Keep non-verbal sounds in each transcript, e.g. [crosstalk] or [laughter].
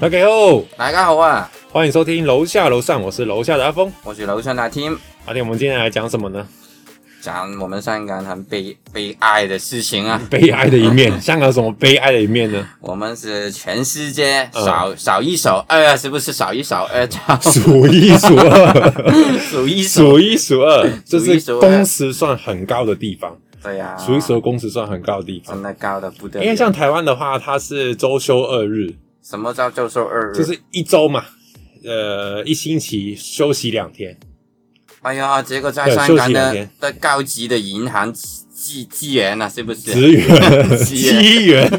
大家好，大家好啊，欢迎收听楼下楼上，我是楼下的阿峰。我是楼上的 Tim，阿弟，我们今天来讲什么呢？讲我们香港很悲悲哀的事情啊，悲哀的一 [laughs] 面，香港有什么悲哀的一面呢？我们是全世界嗯少、少一手二啊，是不是少一手二超数一数二，数哦 [laughs] 一手？嗯数一数二，这数是一数二啊工时算很高的地方，对呀、数一数二工时算很高的地方真。的高的不得了。因为像台湾的话，它是周休二日，什么叫就说二日？就是一周嘛，呃，一星期休息两天。哎呀，这个在对香休息港两的天的高级的银行纪纪元啊，是不是？职员，职员机 [laughs] 缘，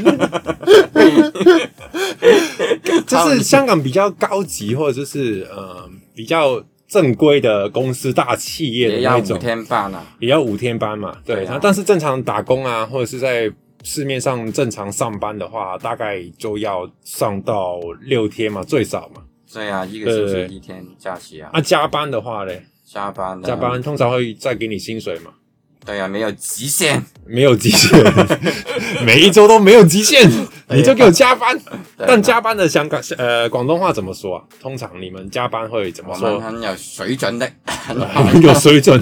就是香港比较高级或者就是呃比较正规的公司大企业的也要那五种，天半啊。也要五天班嘛。对，对啊然后但是正常打工啊，或者是在市面上正常上班的话，大概就要上到六天嘛，最少嘛。对啊，一个星对对期一天假期啊，啊，加班的话嘞，加班的加班通常会再给你薪水嘛，对啊，没有极限，没有极限， [laughs] 每一周都没有极限，哎你就给我加班。对但加班的香港呃广东话怎么说啊？通常你们加班会怎么我说们？很有水准的， [laughs] 有水 [laughs] 准？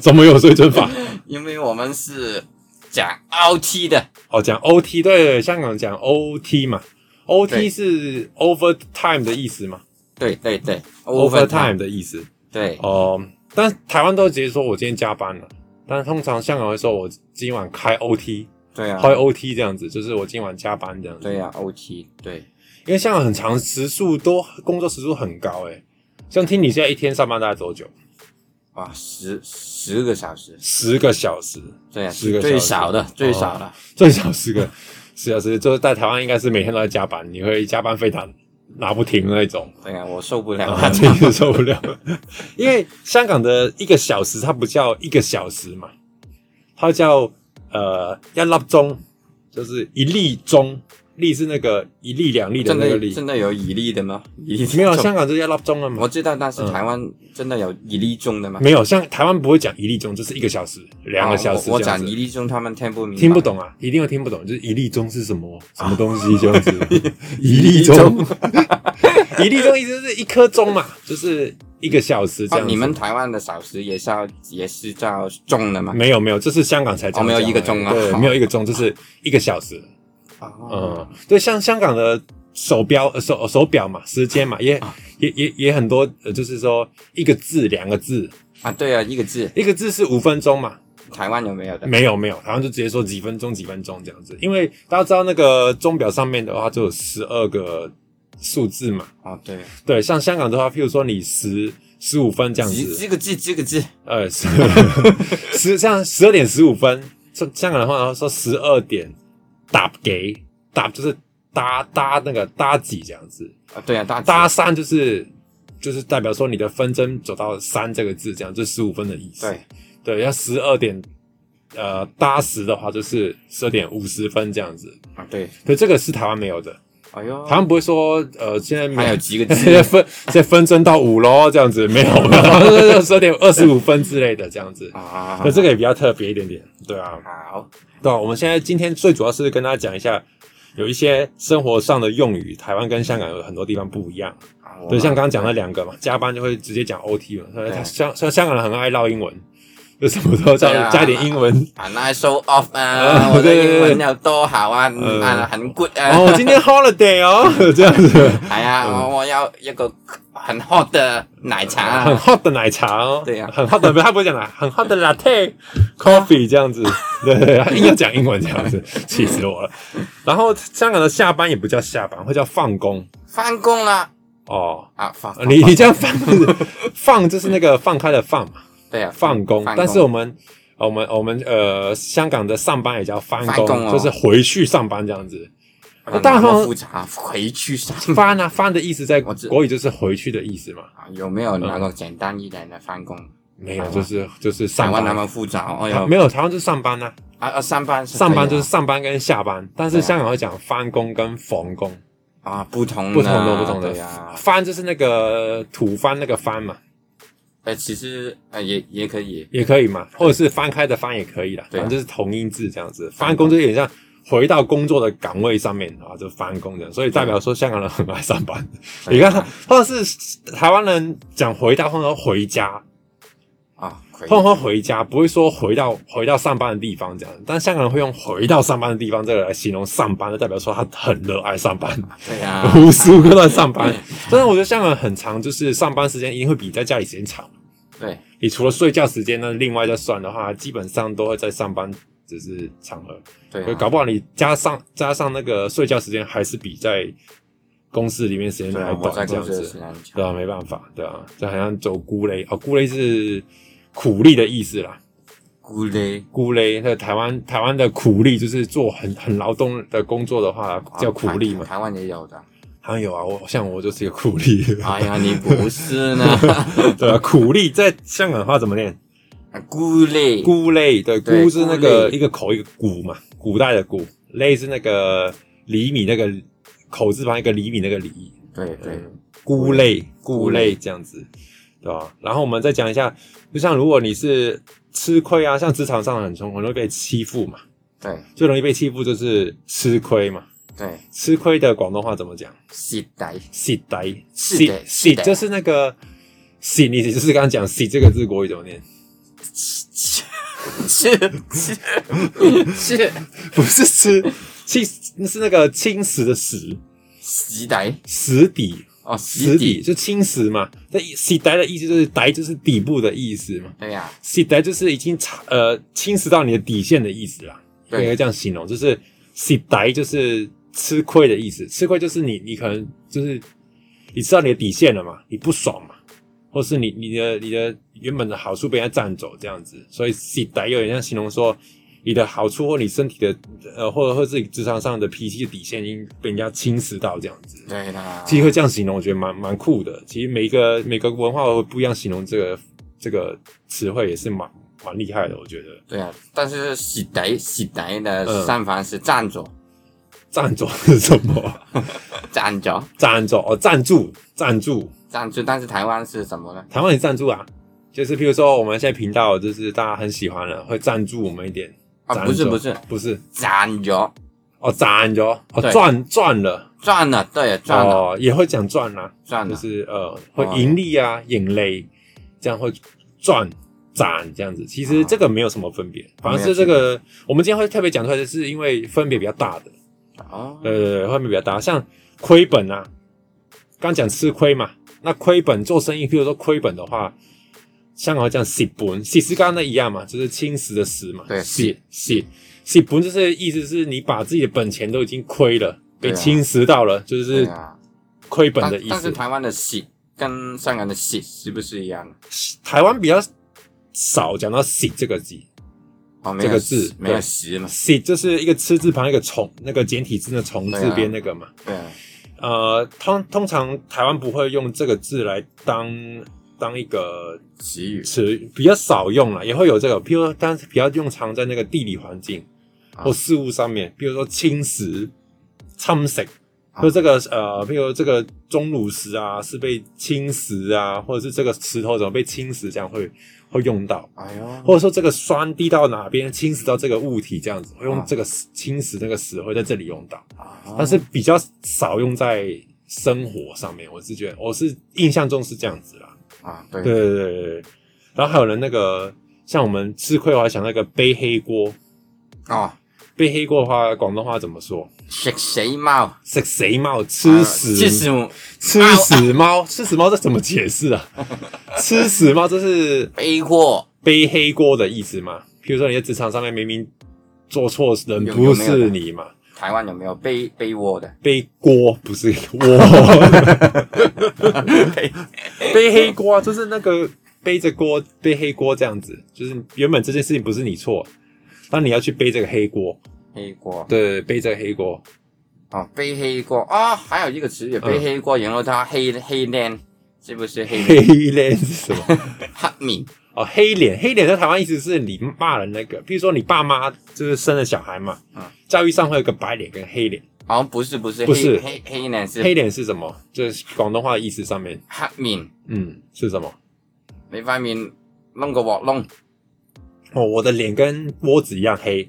怎么有水准法？因为我们是讲 OT 的，哦，讲 OT，对对，香港讲 OT 嘛，OT 对是 overtime 的意思嘛对对对，overtime 的意思。对，哦、但台湾都直接说我今天加班了，但通常香港会说我今晚开 OT，对啊开，OT 这样子，就是我今晚加班这样子。对啊，OT，对，因为香港很长，时速都工作时速很高诶、欸像听你现在一天上班大概多久？哇，十十个小时，十个小时，对啊，十个小时哦最少的，最少的，最少十个，十小时，就是在台湾应该是每天都在加班，你会加班费打拿不停的那 [laughs] 种，对啊，我受不了 [laughs] 啊，了，真是受不了。因为香港的一个小时，它不叫一个小时嘛，它叫呃一粒钟，就是一粒钟，粒是那个一粒两粒的真那个的粒，真的有以粒的吗？以粒没有重香港就是一粒钟了嘛我。知道，但是嗯台湾真的有以粒重的吗？没有，像台湾不会讲一粒钟，就是一个小时、两个小时哦我我这样讲子以粒重，他们听不明白，哦听不懂啊，一定要听不懂，就是一粒钟是什么什么东西这样子， [laughs] 一粒钟， [laughs] 一粒钟意思是一颗钟嘛，就是一个小时这哦。样子。你们台湾的小时也是要也是叫重的吗？没有没有，这是香港才这样哦没有讲一个钟啊对，好没有一个钟，就是一个小时。嗯哦，，对，像香港的手表、呃手手表嘛，时间嘛，哦也也也也很多，呃就是说一个字、两个字，啊，对啊，一个字，一个字是五分钟嘛，台湾有没有的？没有没有，好像就直接说几分钟几分钟这样子，因为大家知道那个钟表上面的话就有十二个数字嘛，哦，对，对，像香港的话，譬如说你十十五分这样几子，这个字，这个字，呃，十十像十二点十五分，像香港的话说十二点打给打就是搭搭那个搭几这样子，啊，对啊，大搭三就是就是代表说你的分针走到三这个字这样，就十五分的意思。对，对，要十二点呃八十的话，就是十二点五十分这样子。啊对，对，这个是台湾没有的，哎呦，台湾不会说呃现在没还有有。几 [laughs] 个现在字分现在纷争到五喽，这样子没有， [laughs] 然后十二点二十五分之类的这样子，啊那这个也比较特别一点点，对啊，好，对啊，我们现在今天最主要是跟大家讲一下，有一些生活上的用语，台湾跟香港有很多地方不一样，啊我对，们像刚刚讲那两个嘛，加班就会直接讲 OT 嘛，所以他香像香港人很爱唠英文，就什么都对加啊加一点英文。啊那 show off 啊啊，我的对对对英文有多好啊，嗯啊很 good [laughs] 哦，嗯啊，今天 holiday 哦， [laughs] 这样子，哎呀，我我要一个很 hot 的奶茶很啊， hot 的奶茶哦，对啊很 hot 的，他不会讲 [laughs] 奶，很 hot 的 latte coffee 这样子，对对，对硬要讲英文这 [laughs] 样子，气死我了。然后香港的下班也不叫下班，会叫放工放工了哦。啊，放你你这样放放就是那个放开的放嘛，对啊，放工。放但是我们我们我们呃，香港的上班也叫翻翻工哦就是回去上班这样 [laughs] 子。啊大那么方复杂，回去上翻啊翻的意思在我知国语就是回去的意思嘛，啊，有没呃有那个简单一点的放工？没有台湾就是就是啊台上湾那班。么复杂，哎啊呦，没有，台湾就是上班呐、啊啊，上班上班就是是上班跟下班，但是对啊香港会讲翻工跟逢工，可以啊，啊不同不同的啊不同的对啊。翻就是那个土翻那个翻嘛，呃，其实呃也也可以，也可以嘛，或者是翻开的翻也可以啦，对反啊正就是同音字这样子。翻工就有点像回到工作的岗位上面啊，就翻工这样，所以代表说香港人很爱上班。啊你看他，或者是台湾人讲回到，通常回家，啊，可以通常回家不会说回到回到上班的地方这样，但香港人会用回到上班的地方这个来形容上班，就代表说他很热爱上 [laughs] 班，对啊，无时无刻都在上班。但是我觉得香港人很长，就是上班时间一定会比在家里时间长。对，你除了睡觉时间呢，另外再算的话，基本上都会在上班只是场合，对就啊，搞不好你加上加上那个睡觉时间，还是比在公司里面时间对还啊，我短在这公样司的时子，间对长，啊，没办法，对啊，就好像走孤累哦，孤累是苦力的意思啦，孤嘞，孤累，那台湾台湾的苦力就是做很很劳动的工作的话啊叫苦力嘛台，台湾也有的。好像有啊，我像我就是一个苦力，哎呀，你不是呢，对啊，苦力在香港的话怎么 [laughs] 念？孤嘞，菇类，对，对菇是那菇个类一个口一个骨嘛，古代的骨，类是那个厘米那个口字旁一个厘米那个厘，对对嗯，菇类，菇菇类类这样子，对吧？然后我们再讲一下，就像如果你是吃亏啊，像职场上很穷，很容易被欺负嘛，对最容易被欺负就是吃亏嘛。对，吃亏的广东话怎么讲？是的，蝕底，是的蝕是蝕的就是那个蝕，你就是刚刚讲蝕这个字国语怎么 [laughs] 念？是是是不是吃，侵是那个侵蚀的蚀，是的，蚀底，哦，是蚀底的，就侵蚀嘛。那洗呆的意思就是呆就是底部的意思嘛，对呀，洗呆就是已经查呃侵蚀到你的底线的意思啦，应对该这样形容，就是洗呆就是吃亏的意思，吃亏就是你你可能就是你知道你的底线了嘛，你不爽嘛。或是你你的你的原本的好处被人家占走这样子，所以洗呆有点像形容说你的好处或你身体的呃或者或是你职场上的脾气的底线已经被人家侵蚀到这样子。对啦，其实会这样形容，我觉得蛮蛮酷的。其实每一个每个文化会不一样形容这个这个词汇，也是蛮蛮厉害的。我觉得对啊，但是洗底洗底嗯的上方是站着赞助是什么？ [laughs] 站着赞助哦，赞助赞助，站住，但是台湾是什么呢？台湾也赞助啊。就是譬如说，我们现在频道就是大家很喜欢了，会赞助我们一点。啊，不是赞助不是，不是站着哦，赞助哦，对赚赚了赚了，对，赚了哦，也会讲赚啦，赚就了，是呃会盈利啊，眼泪这样会赚攒这样子。其啊实这个没有什么分别，反而是这个我们今天会特别讲出来的是因为分别比较大的，哦，呃，分别比较大，像亏本啊，刚讲吃亏嘛，那亏本做生意，譬如说亏本的话。香港会讲蚀本，蚀是刚刚那一样嘛，就是侵蚀的蚀嘛。对蚀蚀蚀本就是意思是你把自己的本钱都已经亏了，被对啊侵蚀到了，就是对啊，亏本但的意但思是。台湾的洗跟香港的洗是不是一样的？台湾比较少讲到“洗”这个字，哦，没这有个字洗没有对洗嘛？洗就是一个吃字旁一个虫，那个简体字的虫字对啊边那个嘛。对啊，呃，通通常台湾不会用这个字来当当一个洗语词，比较少用了，也会有这个，譬如说，但是比较用常在那个地理环境啊或事物上面，譬如说侵蚀、侵蚀。啊就这个呃，譬如这个钟乳石啊，是被侵蚀啊，或者是这个石头怎么被侵蚀，这样会会用到。哎呦，或者说这个酸滴到哪边，侵蚀到这个物体，这样子会用啊这个石侵蚀那个石会在这里用到，哦但是比较少用在生活上面。我是觉得我是印象中是这样子啦。啊，对对对对对对。然后还有人那个像我们吃亏，我还想那个背黑锅，哦，背黑锅的话，广东话怎么说？食死猫，食死猫，吃啊吃屎，死猫，吃屎猫，吃屎猫这怎么解释啊？ [laughs] 吃屎猫这是背锅，背黑锅的意思嘛。比如说你在职场上面明明做错人有不是你嘛，台湾有没有背背锅的？背锅不是锅， [laughs] 背黑锅啊就是那个背着锅背黑锅这样子，就是原本这件事情不是你错，但你要去背这个黑锅，黑锅对，背这个黑锅，哦，背黑锅啊，还有一嗯个词语背黑锅，然后它黑黑脸，是不是黑黑脸脸是什 [laughs] 么？黑面？哦，黑脸，黑脸在台湾意思是你骂人那个，比如说你爸妈就是生了小孩嘛，嗯教育上会有个白脸跟黑脸，好像不是不是不是黑黑黑脸是黑脸是什么？就是广东话的意思上面，黑面，嗯，是什么？你塊面窿個鑊窿哦，我的脸跟锅子一样黑，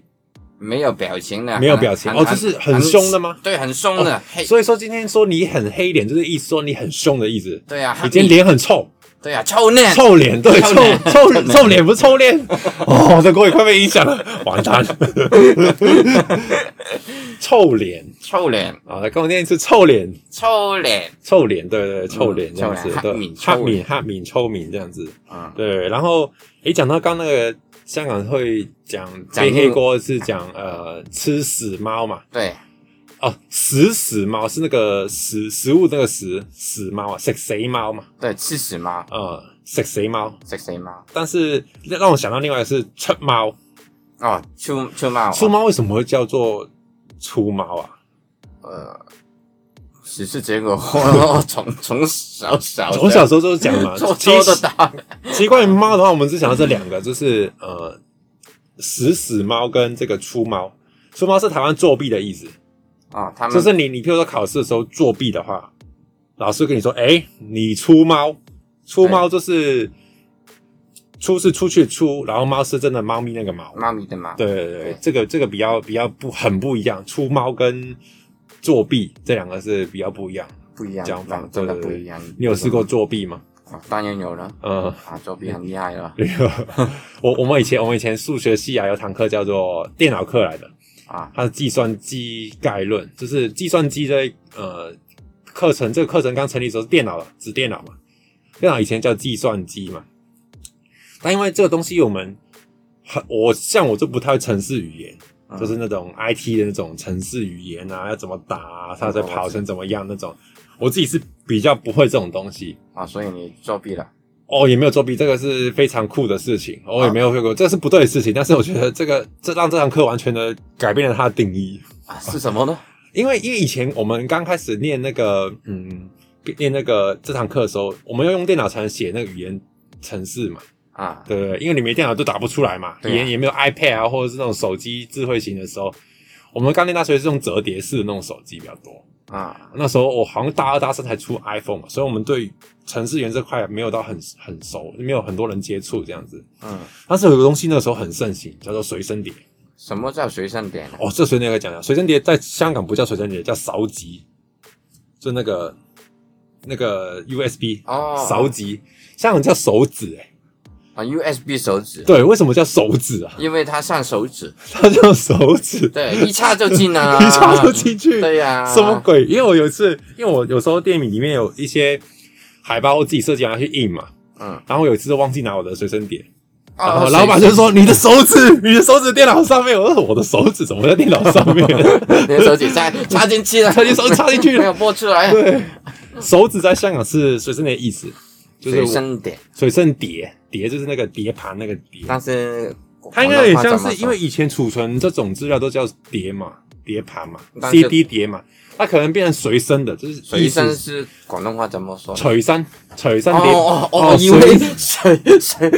没有表情的，没有表情很哦，就是很凶的吗？哦对，很凶的，黑，所以说今天说你很黑脸，就是意思说你很凶的意思。对啊，你今天你脸很臭，对啊，臭嫩，臭脸，对，臭臭脸臭臭脸不是臭脸。哦，这国语快被影响了，完蛋。臭脸臭脸，啊，跟我念一次，臭脸，臭脸，臭脸，对对，对臭脸这样子，臭脸对哈敏，哈臭敏脸哈敏臭敏这样子，嗯，对。然后诶，讲到刚那个香港会讲讲背那黑个锅是讲呃吃死猫嘛，对，哦，食死猫是那个食食物那个食死猫啊，食谁猫嘛，对，吃屎猫，呃，食谁猫。食死猫，但是让我想到另外一个是出猫，哦，出出猫，出，猫为什么会叫做出猫啊？呃，只是 [laughs] 结果我从从小小从小时候就讲嘛，哦 [laughs] 做其做实得到，奇怪猫的话，我们只想到这两个，就是呃，食死猫跟这个出猫。出猫是台湾作弊的意思，哦，他们就是你你譬如说考试的时候作弊的话，老师跟你说，哎、你出猫，出猫就是出是出去的出，然后猫是真的猫咪那个猫。猫咪的猫，对对对对，这个这个比较比较不很不一样，出猫跟作弊这两个是比较不一样。不一样，讲法真的对不对一样。你有试过作弊吗？哦？当然有了，嗯。 [laughs] 啊，作弊很厉害了没有，我我们以前我们以前数学系啊有堂课叫做电脑课来的，啊，它是计算机概论，就是计算机的呃课程。这个课程刚成立的时候是电脑，指电脑嘛，电脑以前叫计算机嘛。但因为这个东西我们很我像我就不太会程式语言，嗯就是那种 IT 的那种程式语言啊，要怎么打、啊，它在跑成怎么样那种，我自己是比较不会这种东西。啊，所以你作弊了，哦，也没有作弊，这个是非常酷的事情。我、哦、也没有做过，这是不对的事情。但是我觉得这个这让这堂课完全的改变了它的定义，啊，是什么呢？因为因为以前我们刚开始念那个嗯念那个这堂课的时候，我们要用电脑才能写那个语言程式嘛，啊，对不对？因为你没电脑就打不出来嘛，对啊也也没有 iPad 啊，或者是那种手机智慧型的时候，我们刚念大学是用折叠式的那种手机比较多。啊，那时候我好像大二大三才出 iPhone 嘛，所以我们对程式员这块没有到很很熟，没有很多人接触这样子。嗯，但是有个东西那时候很盛行，叫做随身碟。什么叫随身点呢？哦，这随身碟可以讲讲，随身碟在香港不叫随身碟，叫勺集，就那个那个 USB 哦勺集，香港叫手指哎、欸啊，USB 手指，对，为什么叫手指啊？ [laughs] 因为它上手指，它叫手指，，对，一插就进了 [laughs] 啊一插就进去对啊呀，什么鬼？因为我有一次，因为我有时候电影里面有一些海报，我自己设计然后去印嘛，嗯，然后我有一次就忘记拿我的随身碟，然哦后，啊老板随就说：“你的手指，你的手指电脑上面。”我 [laughs] 说：“我的手指怎么在电脑上面？ [laughs] 你的手指插插进去了，他就手指插进去没了。有播出来，手指在香港是随身的意思，就是随我身点，随身碟，碟就是那个碟盘那个碟。但是它应该也像广东话怎么是说因为以前储存这种资料都叫碟嘛、碟盘嘛、但是 CD 碟嘛，它可能变成随身的，就是随意身思是广东话怎么说？随身随身碟。哦哦哦，我以随为水水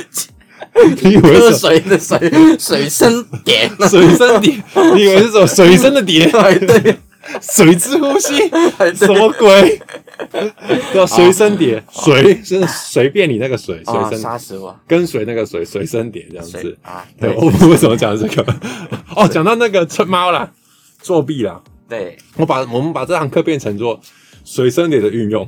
你 [laughs] 以为喝哦是水的水水深点，随身哎碟？你以为是什么随身的碟？对对水之呼吸。什对，么鬼？叫随身碟，随是随便你那个随随啊，身，杀死我，跟随那个随随身碟这样水子。啊，对，对我我为什么讲这个？ [laughs] 哦，讲到那个出猫啦，作弊啦，对，我把我们把这堂课变成做随身碟的运用，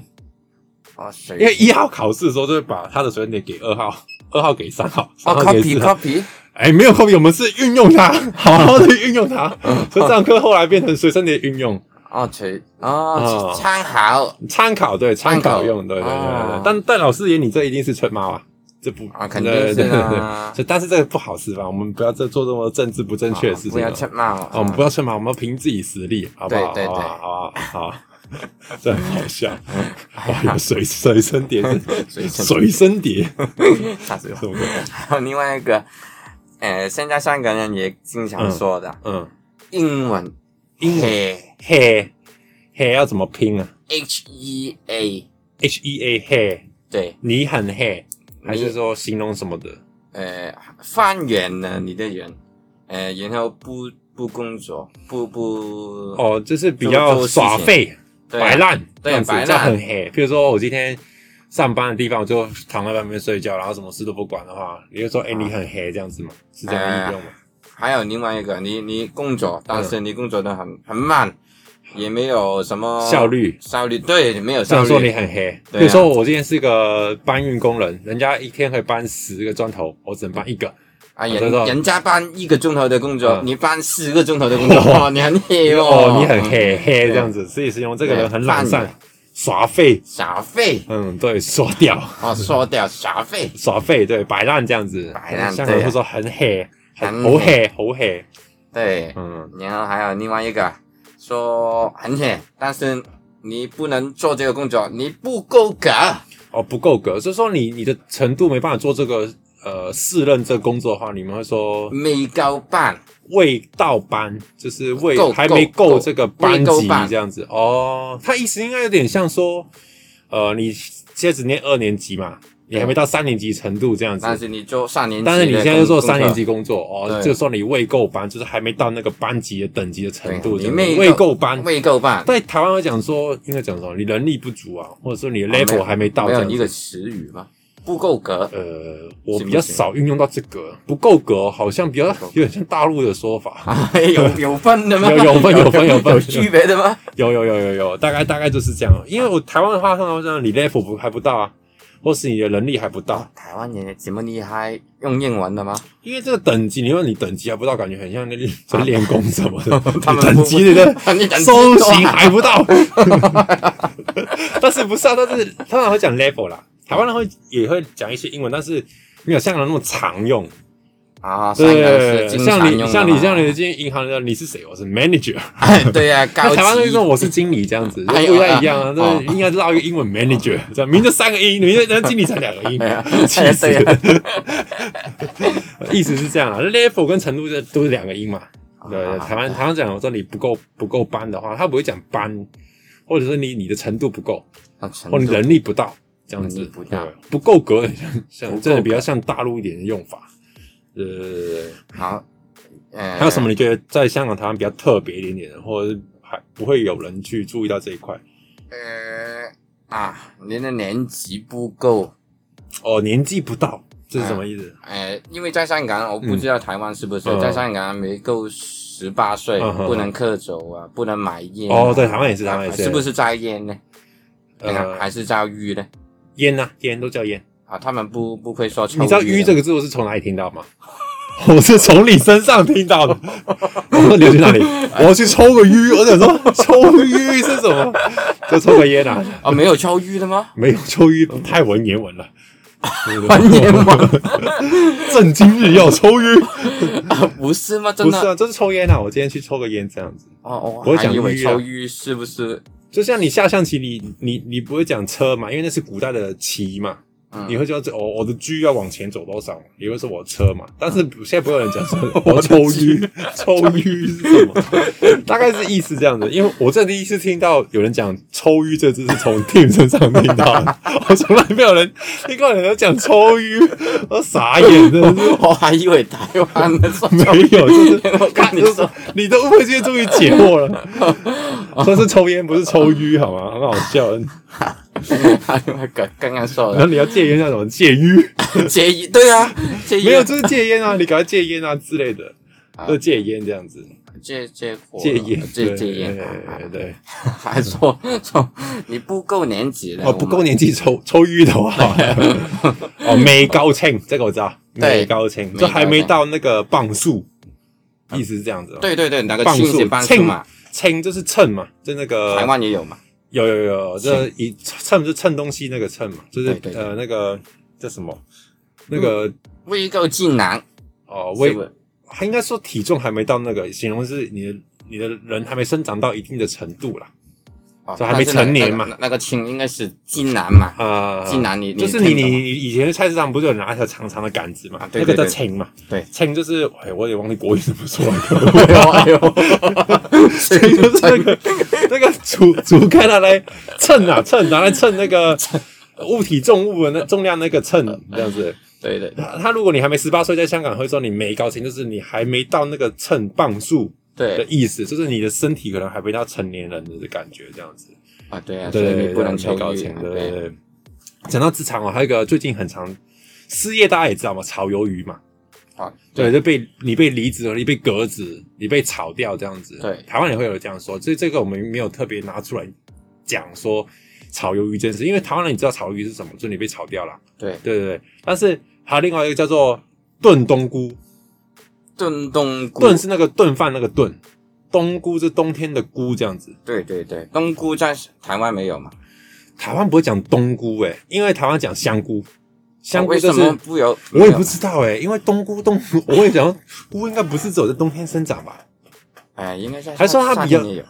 哦因为水，一号考试的时候就会把他的随身碟给二号， [laughs] 二号给三号，三哦号给 copy 四号。 copy，哎，没有 copy，我们是运用 [laughs] 它，好好的运用它，嗯所以这堂课后来变成随身碟运用。哦水，哦哦参考参考对，参考用对对对对哦对。但在老师眼里，这一定是蠢猫啊，这不啊，肯对定是对对对。[laughs] 啦，所以，但是这个不好示范，我们不要再做这么政治不正确的事情。不要吃骂哦我们不要蠢猫，我们要凭自己实力，好不好？对对好不对哎好好不好，好。真好 [laughs] [laughs] 笑，哇！有水水生碟，水深水生碟， [laughs] 吓死什我。么鬼？还有另外一个，呃，现在香港人也经常说的嗯，英文，英文嘿嘿嘿要怎么拼啊 H E A， ？H E A 嘿，对，你很嘿，还是你说形容什么的？呃，翻远了你的人，呃，然后不不工作，不不，哦，就是比嗯做较做事耍情废、对啊摆烂，对这样子摆烂这样很黑。譬如说我今天上班的地方，我就躺在旁边睡觉，然后什么事都不管的话，你就说，哎、你很黑这样子嘛，是这样的哎意用吗？还有另外一个，你你工作，但嗯是你工作的很很慢，也没有什么效率。效率对，没有这效样说率你，很黑。比对啊如说我今天是个搬运工人，人家一天可以搬十个砖头，我只能搬一个。啊，我知人道人家搬一个钟头的工作，嗯你搬四个钟头的 [laughs] 工作，你很黑哦哦，，嗯你很黑黑对这样子，所以形容这个人很懒对犯散人、耍废。耍废嗯，对，耍屌、 [laughs] 哦，说掉耍废，耍废，对，摆烂这样子。摆烂像对啊人会说很黑，很很好黑，好黑。对，嗯，然后还有另外一个说很黑，但是你不能做这个工作，你不够格，哦，不够格，就是说你你的程度没办法做这个呃适任这个工作的话，你们会说没够办，未到班，就是未够还没够够这个班未够级班这样子。哦，他意思应该有点像说，呃，你现在只念二年级嘛，你还没到三年级程度这样子。但是你做三年级的但工，是你现在就做工作三年级工作哦，对就说你未够班，就是还没到那个班级的等级的程度，这对样你没未够班。未够办，在台湾会讲说，应该讲什么？你能力不足啊，或者说你的哦没有 level 还没到没这有样一个子。词语吗？不够格，呃，我行比不较行少运用到这个，不够格哦，好像比较不够有点像大陆的说法。 [laughs] 哎有有分的吗？呃有有分有分有分 [laughs] 有区别的吗？有有有有有，大概大概就是这样。因为我台湾的话，通常这你 level 不还不到啊，或是你的能力还不到，台湾人这么厉害，用英文的吗？因为这个等级，你说你等级还不到，感觉很像那在练功什么的。他们你等级你的 [laughs] 你等级修行还不到，但是不是啊？但是通常会讲 level 啦，台湾人会也会讲一些英文，但是没有像那么常用。啊，香港对，是经常像你用的像你嘛这样的进银行的，你是谁？我是 manager。哎，对呀，高那级台湾就说我是经理这样子，就 [laughs] 哎不呦太一样啊，啊那应该绕一个英文 manager，这样名字三个音，你那经理才两个音哎呀， [laughs] 气死哎呀对！意思是这样啊，level 跟程度这都是两个音嘛。对，啊台湾台湾讲，我说你不够不够班的话，他不会讲班，或者是你你的程度不够，啊成或都哦你能力不到这样子能力，不到对不够格，像不像够真的比较像大陆一点的用法。哎呃，好，呃，还有什么？你觉得在香港、台湾比较特别一点点的，或者是还不会有人去注意到这一块？呃啊，你的年级不够，哦，年纪不到，这是什么意思？呃，因为在香港，我不知道台湾是不是嗯在香港没够十八岁嗯嗯嗯不能喝酒啊，不能买烟啊。哦，对，台湾也是，台湾也是，是不是在烟呢？呃还是在淤呢？烟呐？烟都叫烟。啊，他们不不会说抽啊你知道“淤淤”这个字我是从哪里听到吗？啊 [laughs] 我是从你身上听到 [laughs] 的。我说你要去哪里？哎我要去抽个淤。我想说， [laughs] 抽淤是什么？就抽个烟啊。啊，没有抽淤的吗？没有抽淤太文言文了， [laughs] 文言文 [laughs] 正经日要抽淤，啊，不是吗？真不是的啊，就是抽烟啊。我今天去抽个烟这样子，哦，我会我讲还以为淤啊抽淤是不是？ [laughs] 就像你下象棋，你你你不会讲车嘛，因为那是古代的棋嘛。嗯你会说这我我的车要往前走多少？你会说我车嗯嘛？但是现在不会有人 [laughs] 讲说我抽淤，抽淤是什么？ [laughs] 大概是意思这样子。因为我这第一次听到有人讲抽淤这字是从 Tim 身上听到 [laughs] 的，我从来没有人听过有人讲抽淤，我傻眼 [laughs] 真的是。我哦还以为台湾的 [laughs] 说没有，就是我看你说，你的误会今天终于解惑了。 [laughs] 说是抽烟，不是抽淤，好吗？很好笑。那个刚刚说然后的你要戒烟叫什么？戒哎淤？戒烟，对啊，戒烟没有，就是戒烟啊，你赶快戒烟啊之类的，啊就戒烟这样子，戒戒火戒烟，戒对戒烟，啊对对对。还说说你不够年纪的哦，不够年纪抽抽淤的 [laughs] 话，哦，没高清，这个我知道，对没高清，没就还没高清嗯到那个磅数，意思是这样子哦。对对对，那个磅庆数呃是磅数嘛，称就是称嘛，就那个台湾也有嘛，有有有，这以称就称东西那个称嘛，就是对对对呃那个叫什么？那个未够竟然哦，微是不是他应该说体重还没到那个，形容是你的你的人还没生长到一定的程度啦。哦这还没但是那成年嘛那那个庆应该是竟然嘛，啊、竟然你就是你你听懂吗你以前的菜市场不是有拿一条长长的杆子嘛？啊对对那个叫对青嘛。对青就是哎，我也忘记国语怎么说 [laughs] 了。哎呦，对，就是那个那个竹竹竿拿来称啊称，拿来称那个物体重物的那重量那个秤这样子。对对对他他如果你还没十八岁，在香港会说你没高清，就是你还没到那个称磅数的 [laughs] 对意思，就是你的身体可能还没到成年人的感觉这样子。啊对啊，所对对以对，你不能没抽高烟清啊，对对对。讲到职场哦，还有一个最近很常失业，大家也知道嘛，炒鱿鱼嘛。判，对，就被你被离职了，你被革职，你被炒掉这样子。对台湾也会有这样说，所以这个我们没有特别拿出来讲说炒鱿鱼这件事，因为台湾人你知道炒鱿鱼是什么，就是你被炒掉了。对，对对对，但是还有另外一个叫做炖冬菇，炖冬菇，炖是那个炖饭那个炖，冬菇是冬天的菇这样子。对对对，冬菇在台湾没有嘛？台湾不会讲冬菇诶、因为台湾讲香菇， [laughs] 香菇哦为就什是、么不有？我也不知道诶、因为冬菇冬，我也讲菇应该不是只有在冬天生长吧？哎，应该在还说它夏比较天也有，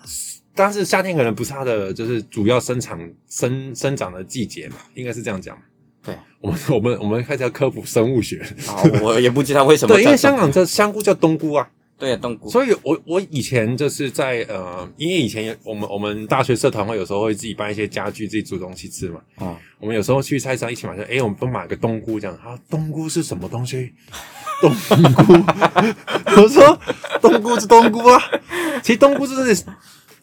但是夏天可能不是它的就是主要生长生生长的季节嘛，应该是这样讲。对，我们 [laughs] 我们我们开始要科普生物学，啊，我也不知道为什么 [laughs] 对，因为叫哦香港这香菇叫冬菇啊，对冬菇，所以我我以前就是在呃，因为以前有我们我们大学社团会有时候会自己搬一些家具，自己煮东西吃嘛。嗯，我们有时候去菜市场一起买，说：“哎、我们都买个冬菇，这样。”他说：“冬菇是什么东 [laughs] 西？冬菇？”我说：“冬菇是冬菇啊。”其实冬菇就是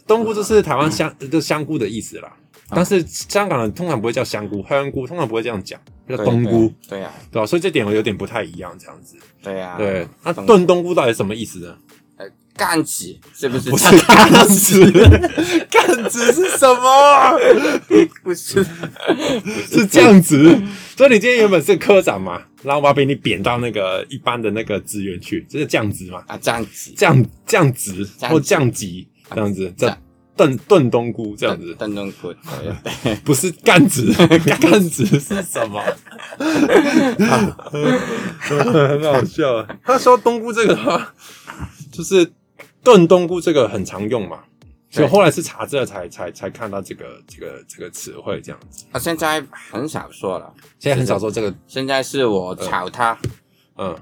冬菇，就是台湾香就是香菇的意思啦。啊但是香港人通常不会叫香菇，香菇通常不会这样讲，叫对冬菇，，对呀，对吧、所以这点我有点不太一样，这样子。对呀，对，那啊冬炖冬菇到底什么意思 [laughs] 呢？呃干子是不 [laughs] 是？不是干子，干子是什么？ [laughs] 不是， [laughs] 是这样子。所以你今天原本是科长嘛，然后我要被你贬到那个一般的那个职员去，这是降职嘛？啊，这样子，降降职降职或降级这样子，这降炖炖冬菇 [laughs] 这样子，炖冬菇，对 [laughs] 不是干 [laughs] 职，干职是什么？ [laughs] 很好笑啊。他说冬菇这个的话，就是炖冬菇这个很常用嘛。所以对后来是查这才才才看到这个这个这个词汇这样子，啊，现在很少说了，现在很少说这个，现在是我炒它，嗯，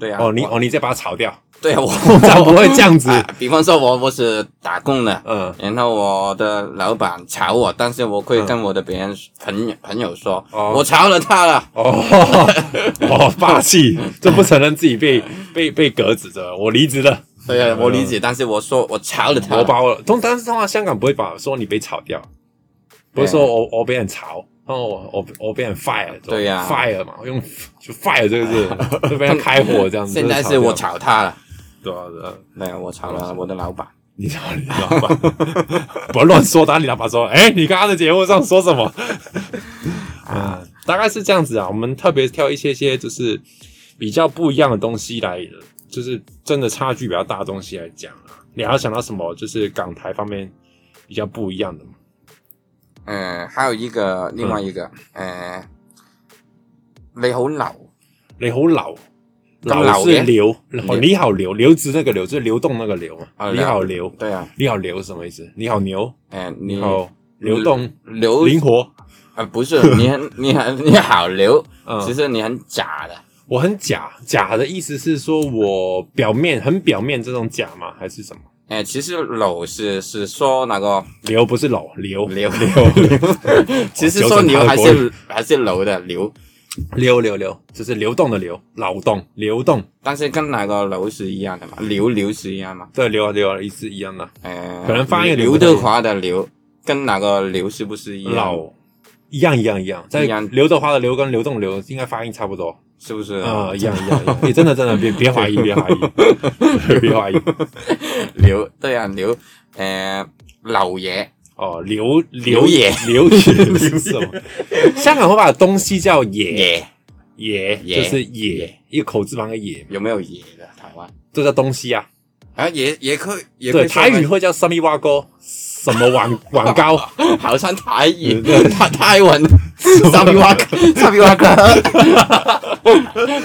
对呀，哦你我哦你再把它炒掉，对 [laughs] 啊我通常不会这样子。 [laughs] 啊，比方说我我是打工的，嗯，然后我的老板炒我，但是我会嗯跟我的别人朋友朋友说，哦我炒了他了。哦， [laughs] 哦，霸气，就不承认自己被被被革职的，我离职了，对呀、我理解，但是我说我炒了嗯我他了。把我通，但是通常香港不会把说你被炒掉，不会说我我被人炒。然后我我我被人 fire，啊对呀 f i r e 嘛，用 [laughs] 就 fire 这个字， [laughs] 就被人开火这样子。 [laughs] 现在就是我炒炒他了，掉，对啊对啊，对啊，我炒了我的老板。你炒你老板，不要乱说，打你老板说，哎、你刚刚在节目上说什么？ [laughs] 啊，大概是这样子啊。我们特别挑一些些就是比较不一样的东西来，就是真的差距比较大的东西来讲啊。你还要想到什么？就是港台方面比较不一样的嘛。嗯，还有一个另外一个，嗯呃，你好老，你好老，老老是嘅流，哦你好流，流值那个流，就是流动那个流嘛。啊你好流，对啊，你好流是什么意思？你好牛，哎、你你好流动，流灵活。啊不是 [laughs] 你很你很你好流，嗯，其实你很假的，我很假，假的意思是说我表面很表面这种假吗？还是什么？哎、其实老是是说那个流不是老 [laughs] 流流流其哦实说牛还是还是流的流，流流流，就是流动的流，劳动流动但是跟那个流是一样的嘛，流流是一样嘛，对流啊流啊意思一样的，呃，可能发音有点刘不太德华的刘跟哪个刘是不是一样？老一样一样一样，在一样刘德华的流跟流动流应该发音差不多是不是？啊、一样一样一样。你真的真 [laughs] 的别别怀疑，别怀疑，别怀疑刘对啊，刘呃老爷哦，流流野流野是什 [laughs] 么？香港会把东西叫野爷野，野就是野，一个口字旁的野，有没有爷的台湾？这叫东西啊。啊，也也可以，也可对，以台语说会叫什么挖沟，什么 [laughs] 网网高，吗好像台语 [laughs] 对、 [laughs] 台台文、沙比 [laughs] 瓦克、沙比瓦克，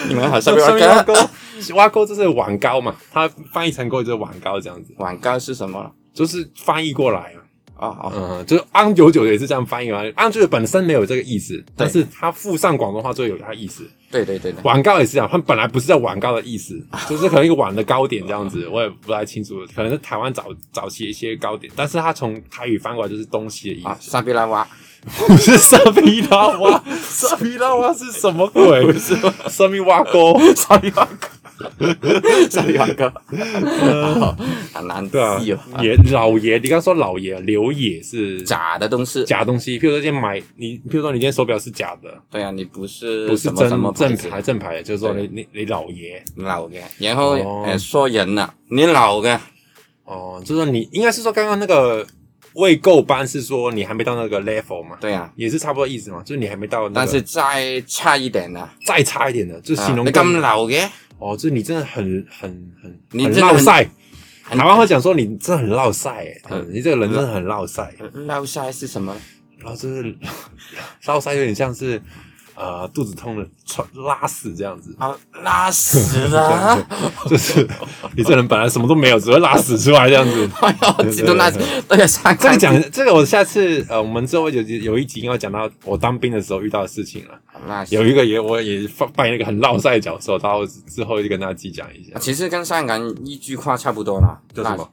你们好，沙比挖瓦沟克。，挖沟就是网高嘛，它翻译成国语就是网高这样子，广告是什么？就是翻译过来嘛。哦哦，嗯，就是昂九九也是这样翻译嘛，昂九九本身没有这个意思，但是它附上广东话就有它意思。对对对对，网高也是这样，它本来不是叫网高的意 [laughs] 思，就是可能一个碗的糕点这样子，我也不太清楚，可能是台湾早早期的一些糕点，但是它从台语翻过来就是东西的意思。啊，沙比 [laughs] 拉瓦，不是沙皮拉蛙，沙皮拉蛙是什么鬼？不是沙皮蛙沟，沙皮蛙沟，上一个， [laughs] 好很难记对啊哦。，爷老爷，你刚说老爷，刘也是假的东西，假东西，譬如说今天买你，譬如说你今天手表是假的，对啊，你不是不是什么真什么正子牌正牌，就是说你你你老爷老嘅，然后哦诶说人啦，你老嘅，哦，就是说你应该是说刚刚那个未够班是说你还没到那个 level 嘛，对啊，也是差不多意思嘛，就是你还没到那但个，是再差一点啦，再差一点的，就是啊形容你更咁老嘅，哦，就是你真的很很很你很真的落很赛，很台湾会讲说你真的很落赛，欸嗯你这个人真的很落赛，老晒是什么？然后就是落赛有点像是呃肚子痛的穿拉屎这样子，啊，拉屎 [laughs] 啦！就是你这人本来什么都没有，只会拉屎出来这样子。哎呦，自己都拉屎，都要上这 [laughs] 这个讲这个，我下次呃，我们之后有有一集应该讲到我当兵的时候遇到的事情了。拉屎有。一个也我也放扮演一个很落赛的角色，到之后就跟大家细讲一下。其实跟香港一句话差不多啦，叫什么？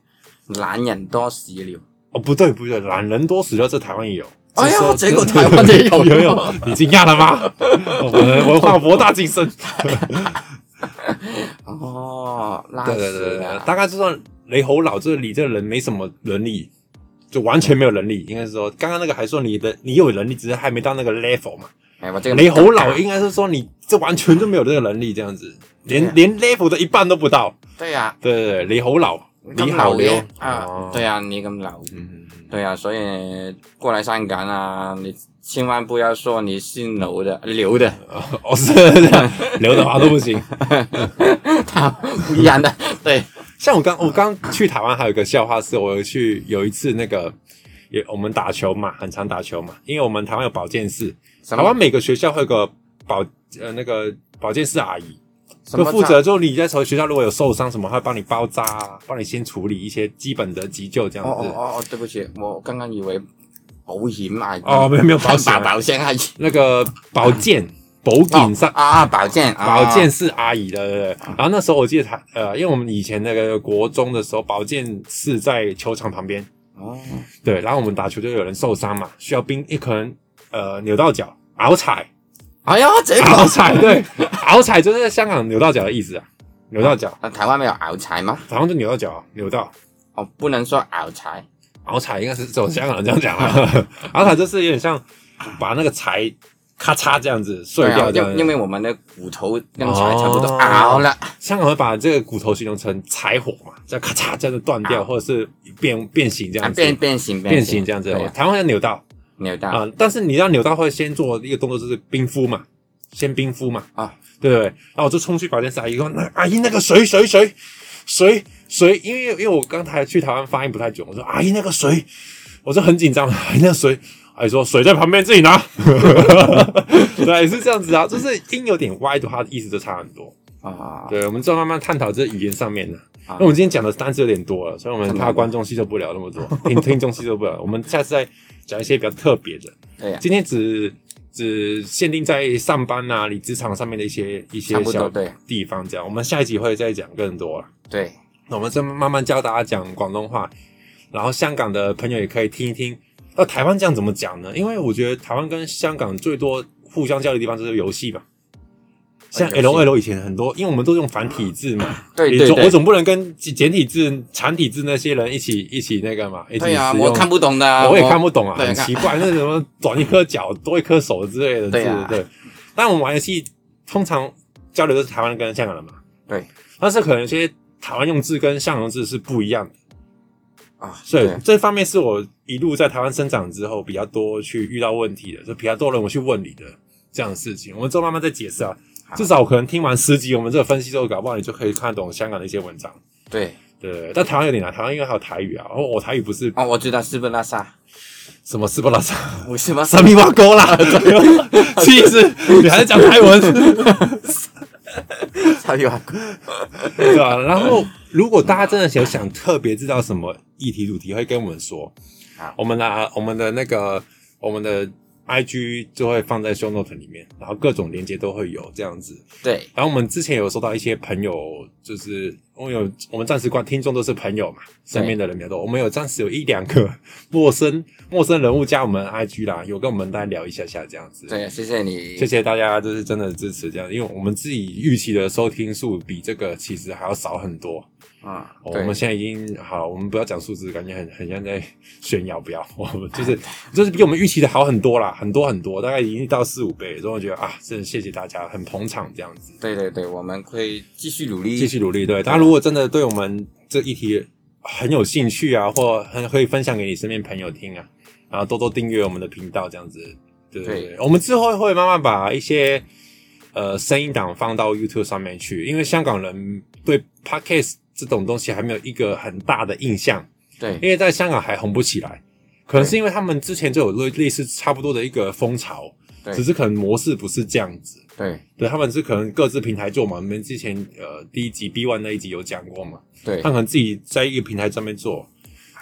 懒人多屎了。哦，不对不对，懒人多死了，这台湾也有。哎呀这时候结果台湾也有有有，你惊讶了 [laughs] 吗？我们文化博大精深。哦，拉对对屎对对，啦！大概就算雷猴老，就是你这个人没什么能力，就完全没有能力。应该是说，刚刚那个还说你的你有能力，只是还没到那个 level 嘛。哎，我这个雷猴老应该是说你这完全就没有这个能力，这样子，对啊连连 level 的一半都不到。对呀，对对对，雷猴老，你咁好老刘嘅啊，对啊，呀，你咁老，嗯，嗯对呀，所以过来香港啊，你千万不要说你姓刘的，刘的，嗯 [laughs] 哦是这样， [laughs] 刘德华都不行。他不一样的，对，像我刚嗯我刚去台湾还有一个笑话是，我有去有一次那个也我们打球嘛，很常打球嘛，因为我们台湾有保健室，台什么湾每个学校会有个保呃那个保健室阿姨，什就么负责就你在学校如果有受伤什么，她会帮你包扎啊，帮你先处理一些基本的急救这样哦哦子。哦哦，对不起，我刚刚以为保险啊阿姨，哦，没有没有保险保 [laughs] 啊，保险阿姨，那个保健保健上哦啊，保健保健是阿姨的，对对对。然后那时候我记得他呃，因为我们以前那个国中的时候，保健室在球场旁边。哦，对，然后我们打球就有人受伤嘛，需要冰，也可能呃扭到脚，拗踩，哎呀，这 [laughs] 个拗踩，对，拗踩就是香港扭到脚的意思啊，扭到脚，啊，台湾没有拗柴吗？好像就扭到脚啊，扭到哦，不能说拗柴，拗踩应该是走香港人这样讲 [laughs] 啊，拗踩就是有点像把那个柴咔嚓这样子碎对啊掉，这样因子，因为我们的骨头跟柴差不多，哦拗了，香港会把这个骨头形容成柴火嘛，这样咔嚓这样子断掉，啊或者是变变形这啊样子，变变形变形这样子对，啊台湾要扭到扭啊、到但是你要扭到会先做一个动作就是冰敷嘛，先冰敷嘛。啊，对不对？然后我就冲去保健室阿姨说：“那阿姨那个水水水水水，因为因为我刚才去台湾发音不太准，我说阿姨那个水，我就很紧张，阿姨那个水。”阿姨说：“水在旁边，自己拿。” [laughs] 对，是这样子啊，就是音有点歪的话，意思就差很多。啊，对，我们就慢慢探讨这语言上面的。啊嗯那我们今天讲的单词有点多了，所以我们怕观众吸收不了那么多，听听众吸收不了。我们下次再讲一些比较特别的。对啊呀，今天只只限定在上班啊，你职场上面的一些一些差不小多对地方这样。我们下一集会再讲更多了。对，那我们再慢慢教大家讲广东话，然后香港的朋友也可以听一听。那台湾这样怎么讲呢？因为我觉得台湾跟香港最多互相交流的地方就是游戏嘛。像哎游戏 L O L 以前很多，因为我们都用繁体字嘛，对你对总我对，总不能跟简简体字、繁体字那些人一起一起那个嘛，一起对呀，使我用看不懂的，我也看不懂啊，对很看奇怪，那什么短一颗脚多一颗手之类的字，对啊对。但我们玩游戏通常交流都是台湾跟香港人嘛，对但是可能有些台湾用字跟香港用字是不一样的，啊，所以对这方面是我一路在台湾生长之后比较多去遇到问题的，就比较多人我去问你的这样的事情，我们之后慢慢再解释啊。好至少我可能听完十集我们这个分析之后，搞不好你就可以看懂香港的一些文章。对，对，但台湾有点难，台湾因为还有台语啊，然后我台语不是哦，我知道是不拉 [laughs] 萨，什么斯巴拉萨。我是吗？神秘挖沟啦， [laughs] 气死！你还在讲泰文，差有 [laughs] 对吧、然后，如果大家真的有想特别知道什么议题主题，会跟我们说好。我们的我们的那个我们的 IG 就会放在 show note 里面，然后各种连接都会有这样子。对然后我们之前有收到一些朋友，就是我们有我们暂时观听众都是朋友嘛，身边的人比较多。我们有暂时有一两个陌生陌生人物加我们 IG 啦，有跟我们大家聊一下下这样子。对，谢谢你，谢谢大家，就是真的支持这样，因为我们自己预期的收听数比这个其实还要少很多。啊，哦我对们现在已经好，我们不要讲数字，感觉很很像在炫耀，不要，我们就是就是比我们预期的好很多啦，很多很多，大概已经到四五倍，所以我觉得啊，真的谢谢大家，很捧场这样子。对对对，我们会继续努力，继续努力。对，大啊家如果真的对我们这一题很有兴趣啊，或很可以分享给你身边朋友听啊，然后多多订阅我们的频道，这样子。对对对，对我们之后会慢慢把一些呃声音档放到 YouTube 上面去，因为香港人对 Podcast 这种东西还没有一个很大的印象，对因为在香港还红不起来。可能是因为他们之前就有类类似差不多的一个风潮，对只是可能模式不是这样子。对对，他们是可能各自平台做嘛。我们之前呃第一集 B One 那一集有讲过嘛，对他们可能自己在一个平台上面做，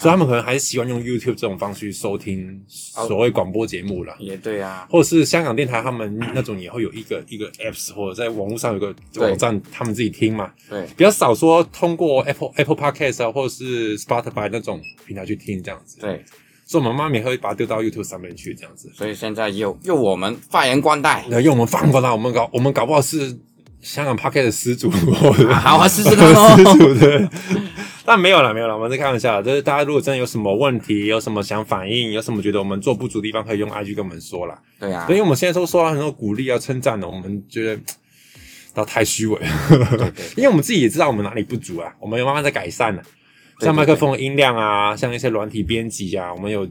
所以他们可能还是习惯用 YouTube 这种方式去收听所谓广播节目啦。也对啊，或者是香港电台，他们那种也会有一个一个 apps，或者在网络上有个对网站，他们自己听嘛，对比较少说通过 Apple Apple Podcast 啊，或者是 Spotify 那种平台去听这样子。对，所以我们妈咪会把它丢到 YouTube 上面去这样子。所以现在又又我们发扬光大，那呃用我们放过他，我们搞我们搞不好是香港 Pocket 的始祖，好 [laughs] 好啊试试看 [laughs] 哦始祖对。但没有了，没有了，我们在开玩笑啦。就是大家如果真的有什么问题，有什么想反映，有什么觉得我们做不足的地方，可以用 IG 跟我们说啦。对啊对，，因为我们现在都受到很多鼓励啊、称赞的，我们觉得。那太虚伪 [laughs] 了，因为我们自己也知道我们哪里不足啊，我们有慢慢在改善呢、对像对麦克风的音量啊，像一些软体编辑啊，我们有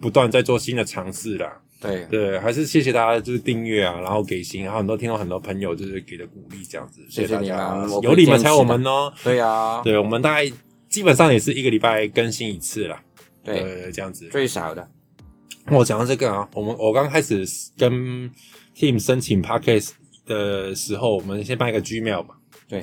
不断在做新的尝试啦。对对，还是谢谢大家就是订阅啊，然后给星，然后很多听到很多朋友就是给的鼓励这样子，谢谢谢大家你们，我有你们会坚持才有我们哦。对啊，对，我们大概基本上也是一个礼拜更新一次啦。对，这样子。最少的，我讲到这个啊，我们我刚开始跟 Team 申请 Podcast 的时候，我们先办一个 Gmail 嘛。对，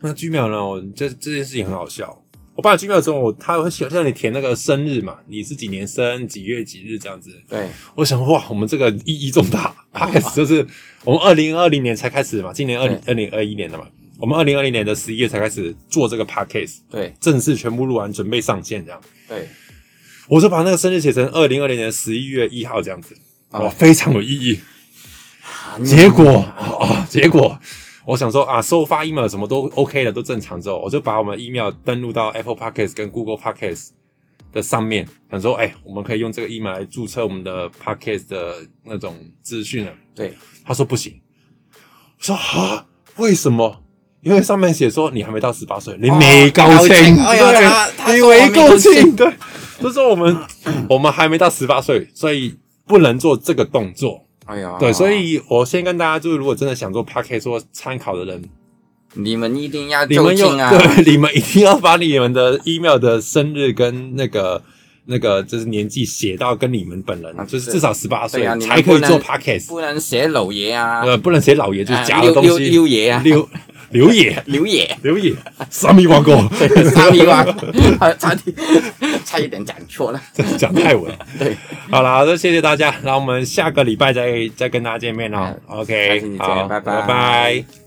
那 Gmail 呢，我这这件事情很好笑。我办了 Gmail 之后，我他会写让你填那个生日嘛，你是几年生，几月几日这样子。对我想哇，我们这个意义重大。Podcast 就是我们二零二零年才开始嘛，今年二零二零二一年了嘛，我们二零二零年的十一月才开始做这个 Podcast，对正式全部录完，准备上线这样。对，我就把那个生日写成二零二零年十一月一号这样子，啊哇，非常有意义。啊结果啊、结果我想说啊，收发 email 什么都 OK 了，都正常之后，我就把我们 email 登录到 Apple Podcast 跟 Google Podcast 的上面，想说，哎、我们可以用这个 email 来注册我们的 Podcast 的那种资讯了。对他说不行，我说啊，为什么？因为上面写说你还没到十八岁，你没高哦高兴，兴哎呀他他对，你说我没没高高兴兴，对，就说我们 [clears throat] 我们还没到十八岁，所以不能做这个动作。哎呀，对，所以我先跟大家，就是如果真的想做 p a c k a g e 做参考的人，你们一定要你们就有、近啊，对， [laughs] 你们一定要把你们的 email 的生日跟那个那个就是年纪写到跟你们本人，啊就是对至少十八岁对啊你们才可以不能做 p a c k a g e 不能写老爷啊，呃，不能写老爷，就是啊假的东溜西，溜溜爷啊，刘 [laughs] 刘野，[laughs] 刘爷刘野沙米王 [laughs] 国，沙弥王，差点差一点讲错了， [laughs] 讲泰文。对，好啦，那谢谢大家，那我们下个礼拜再再跟大家见面哦。下 OK，次你见好，拜拜拜拜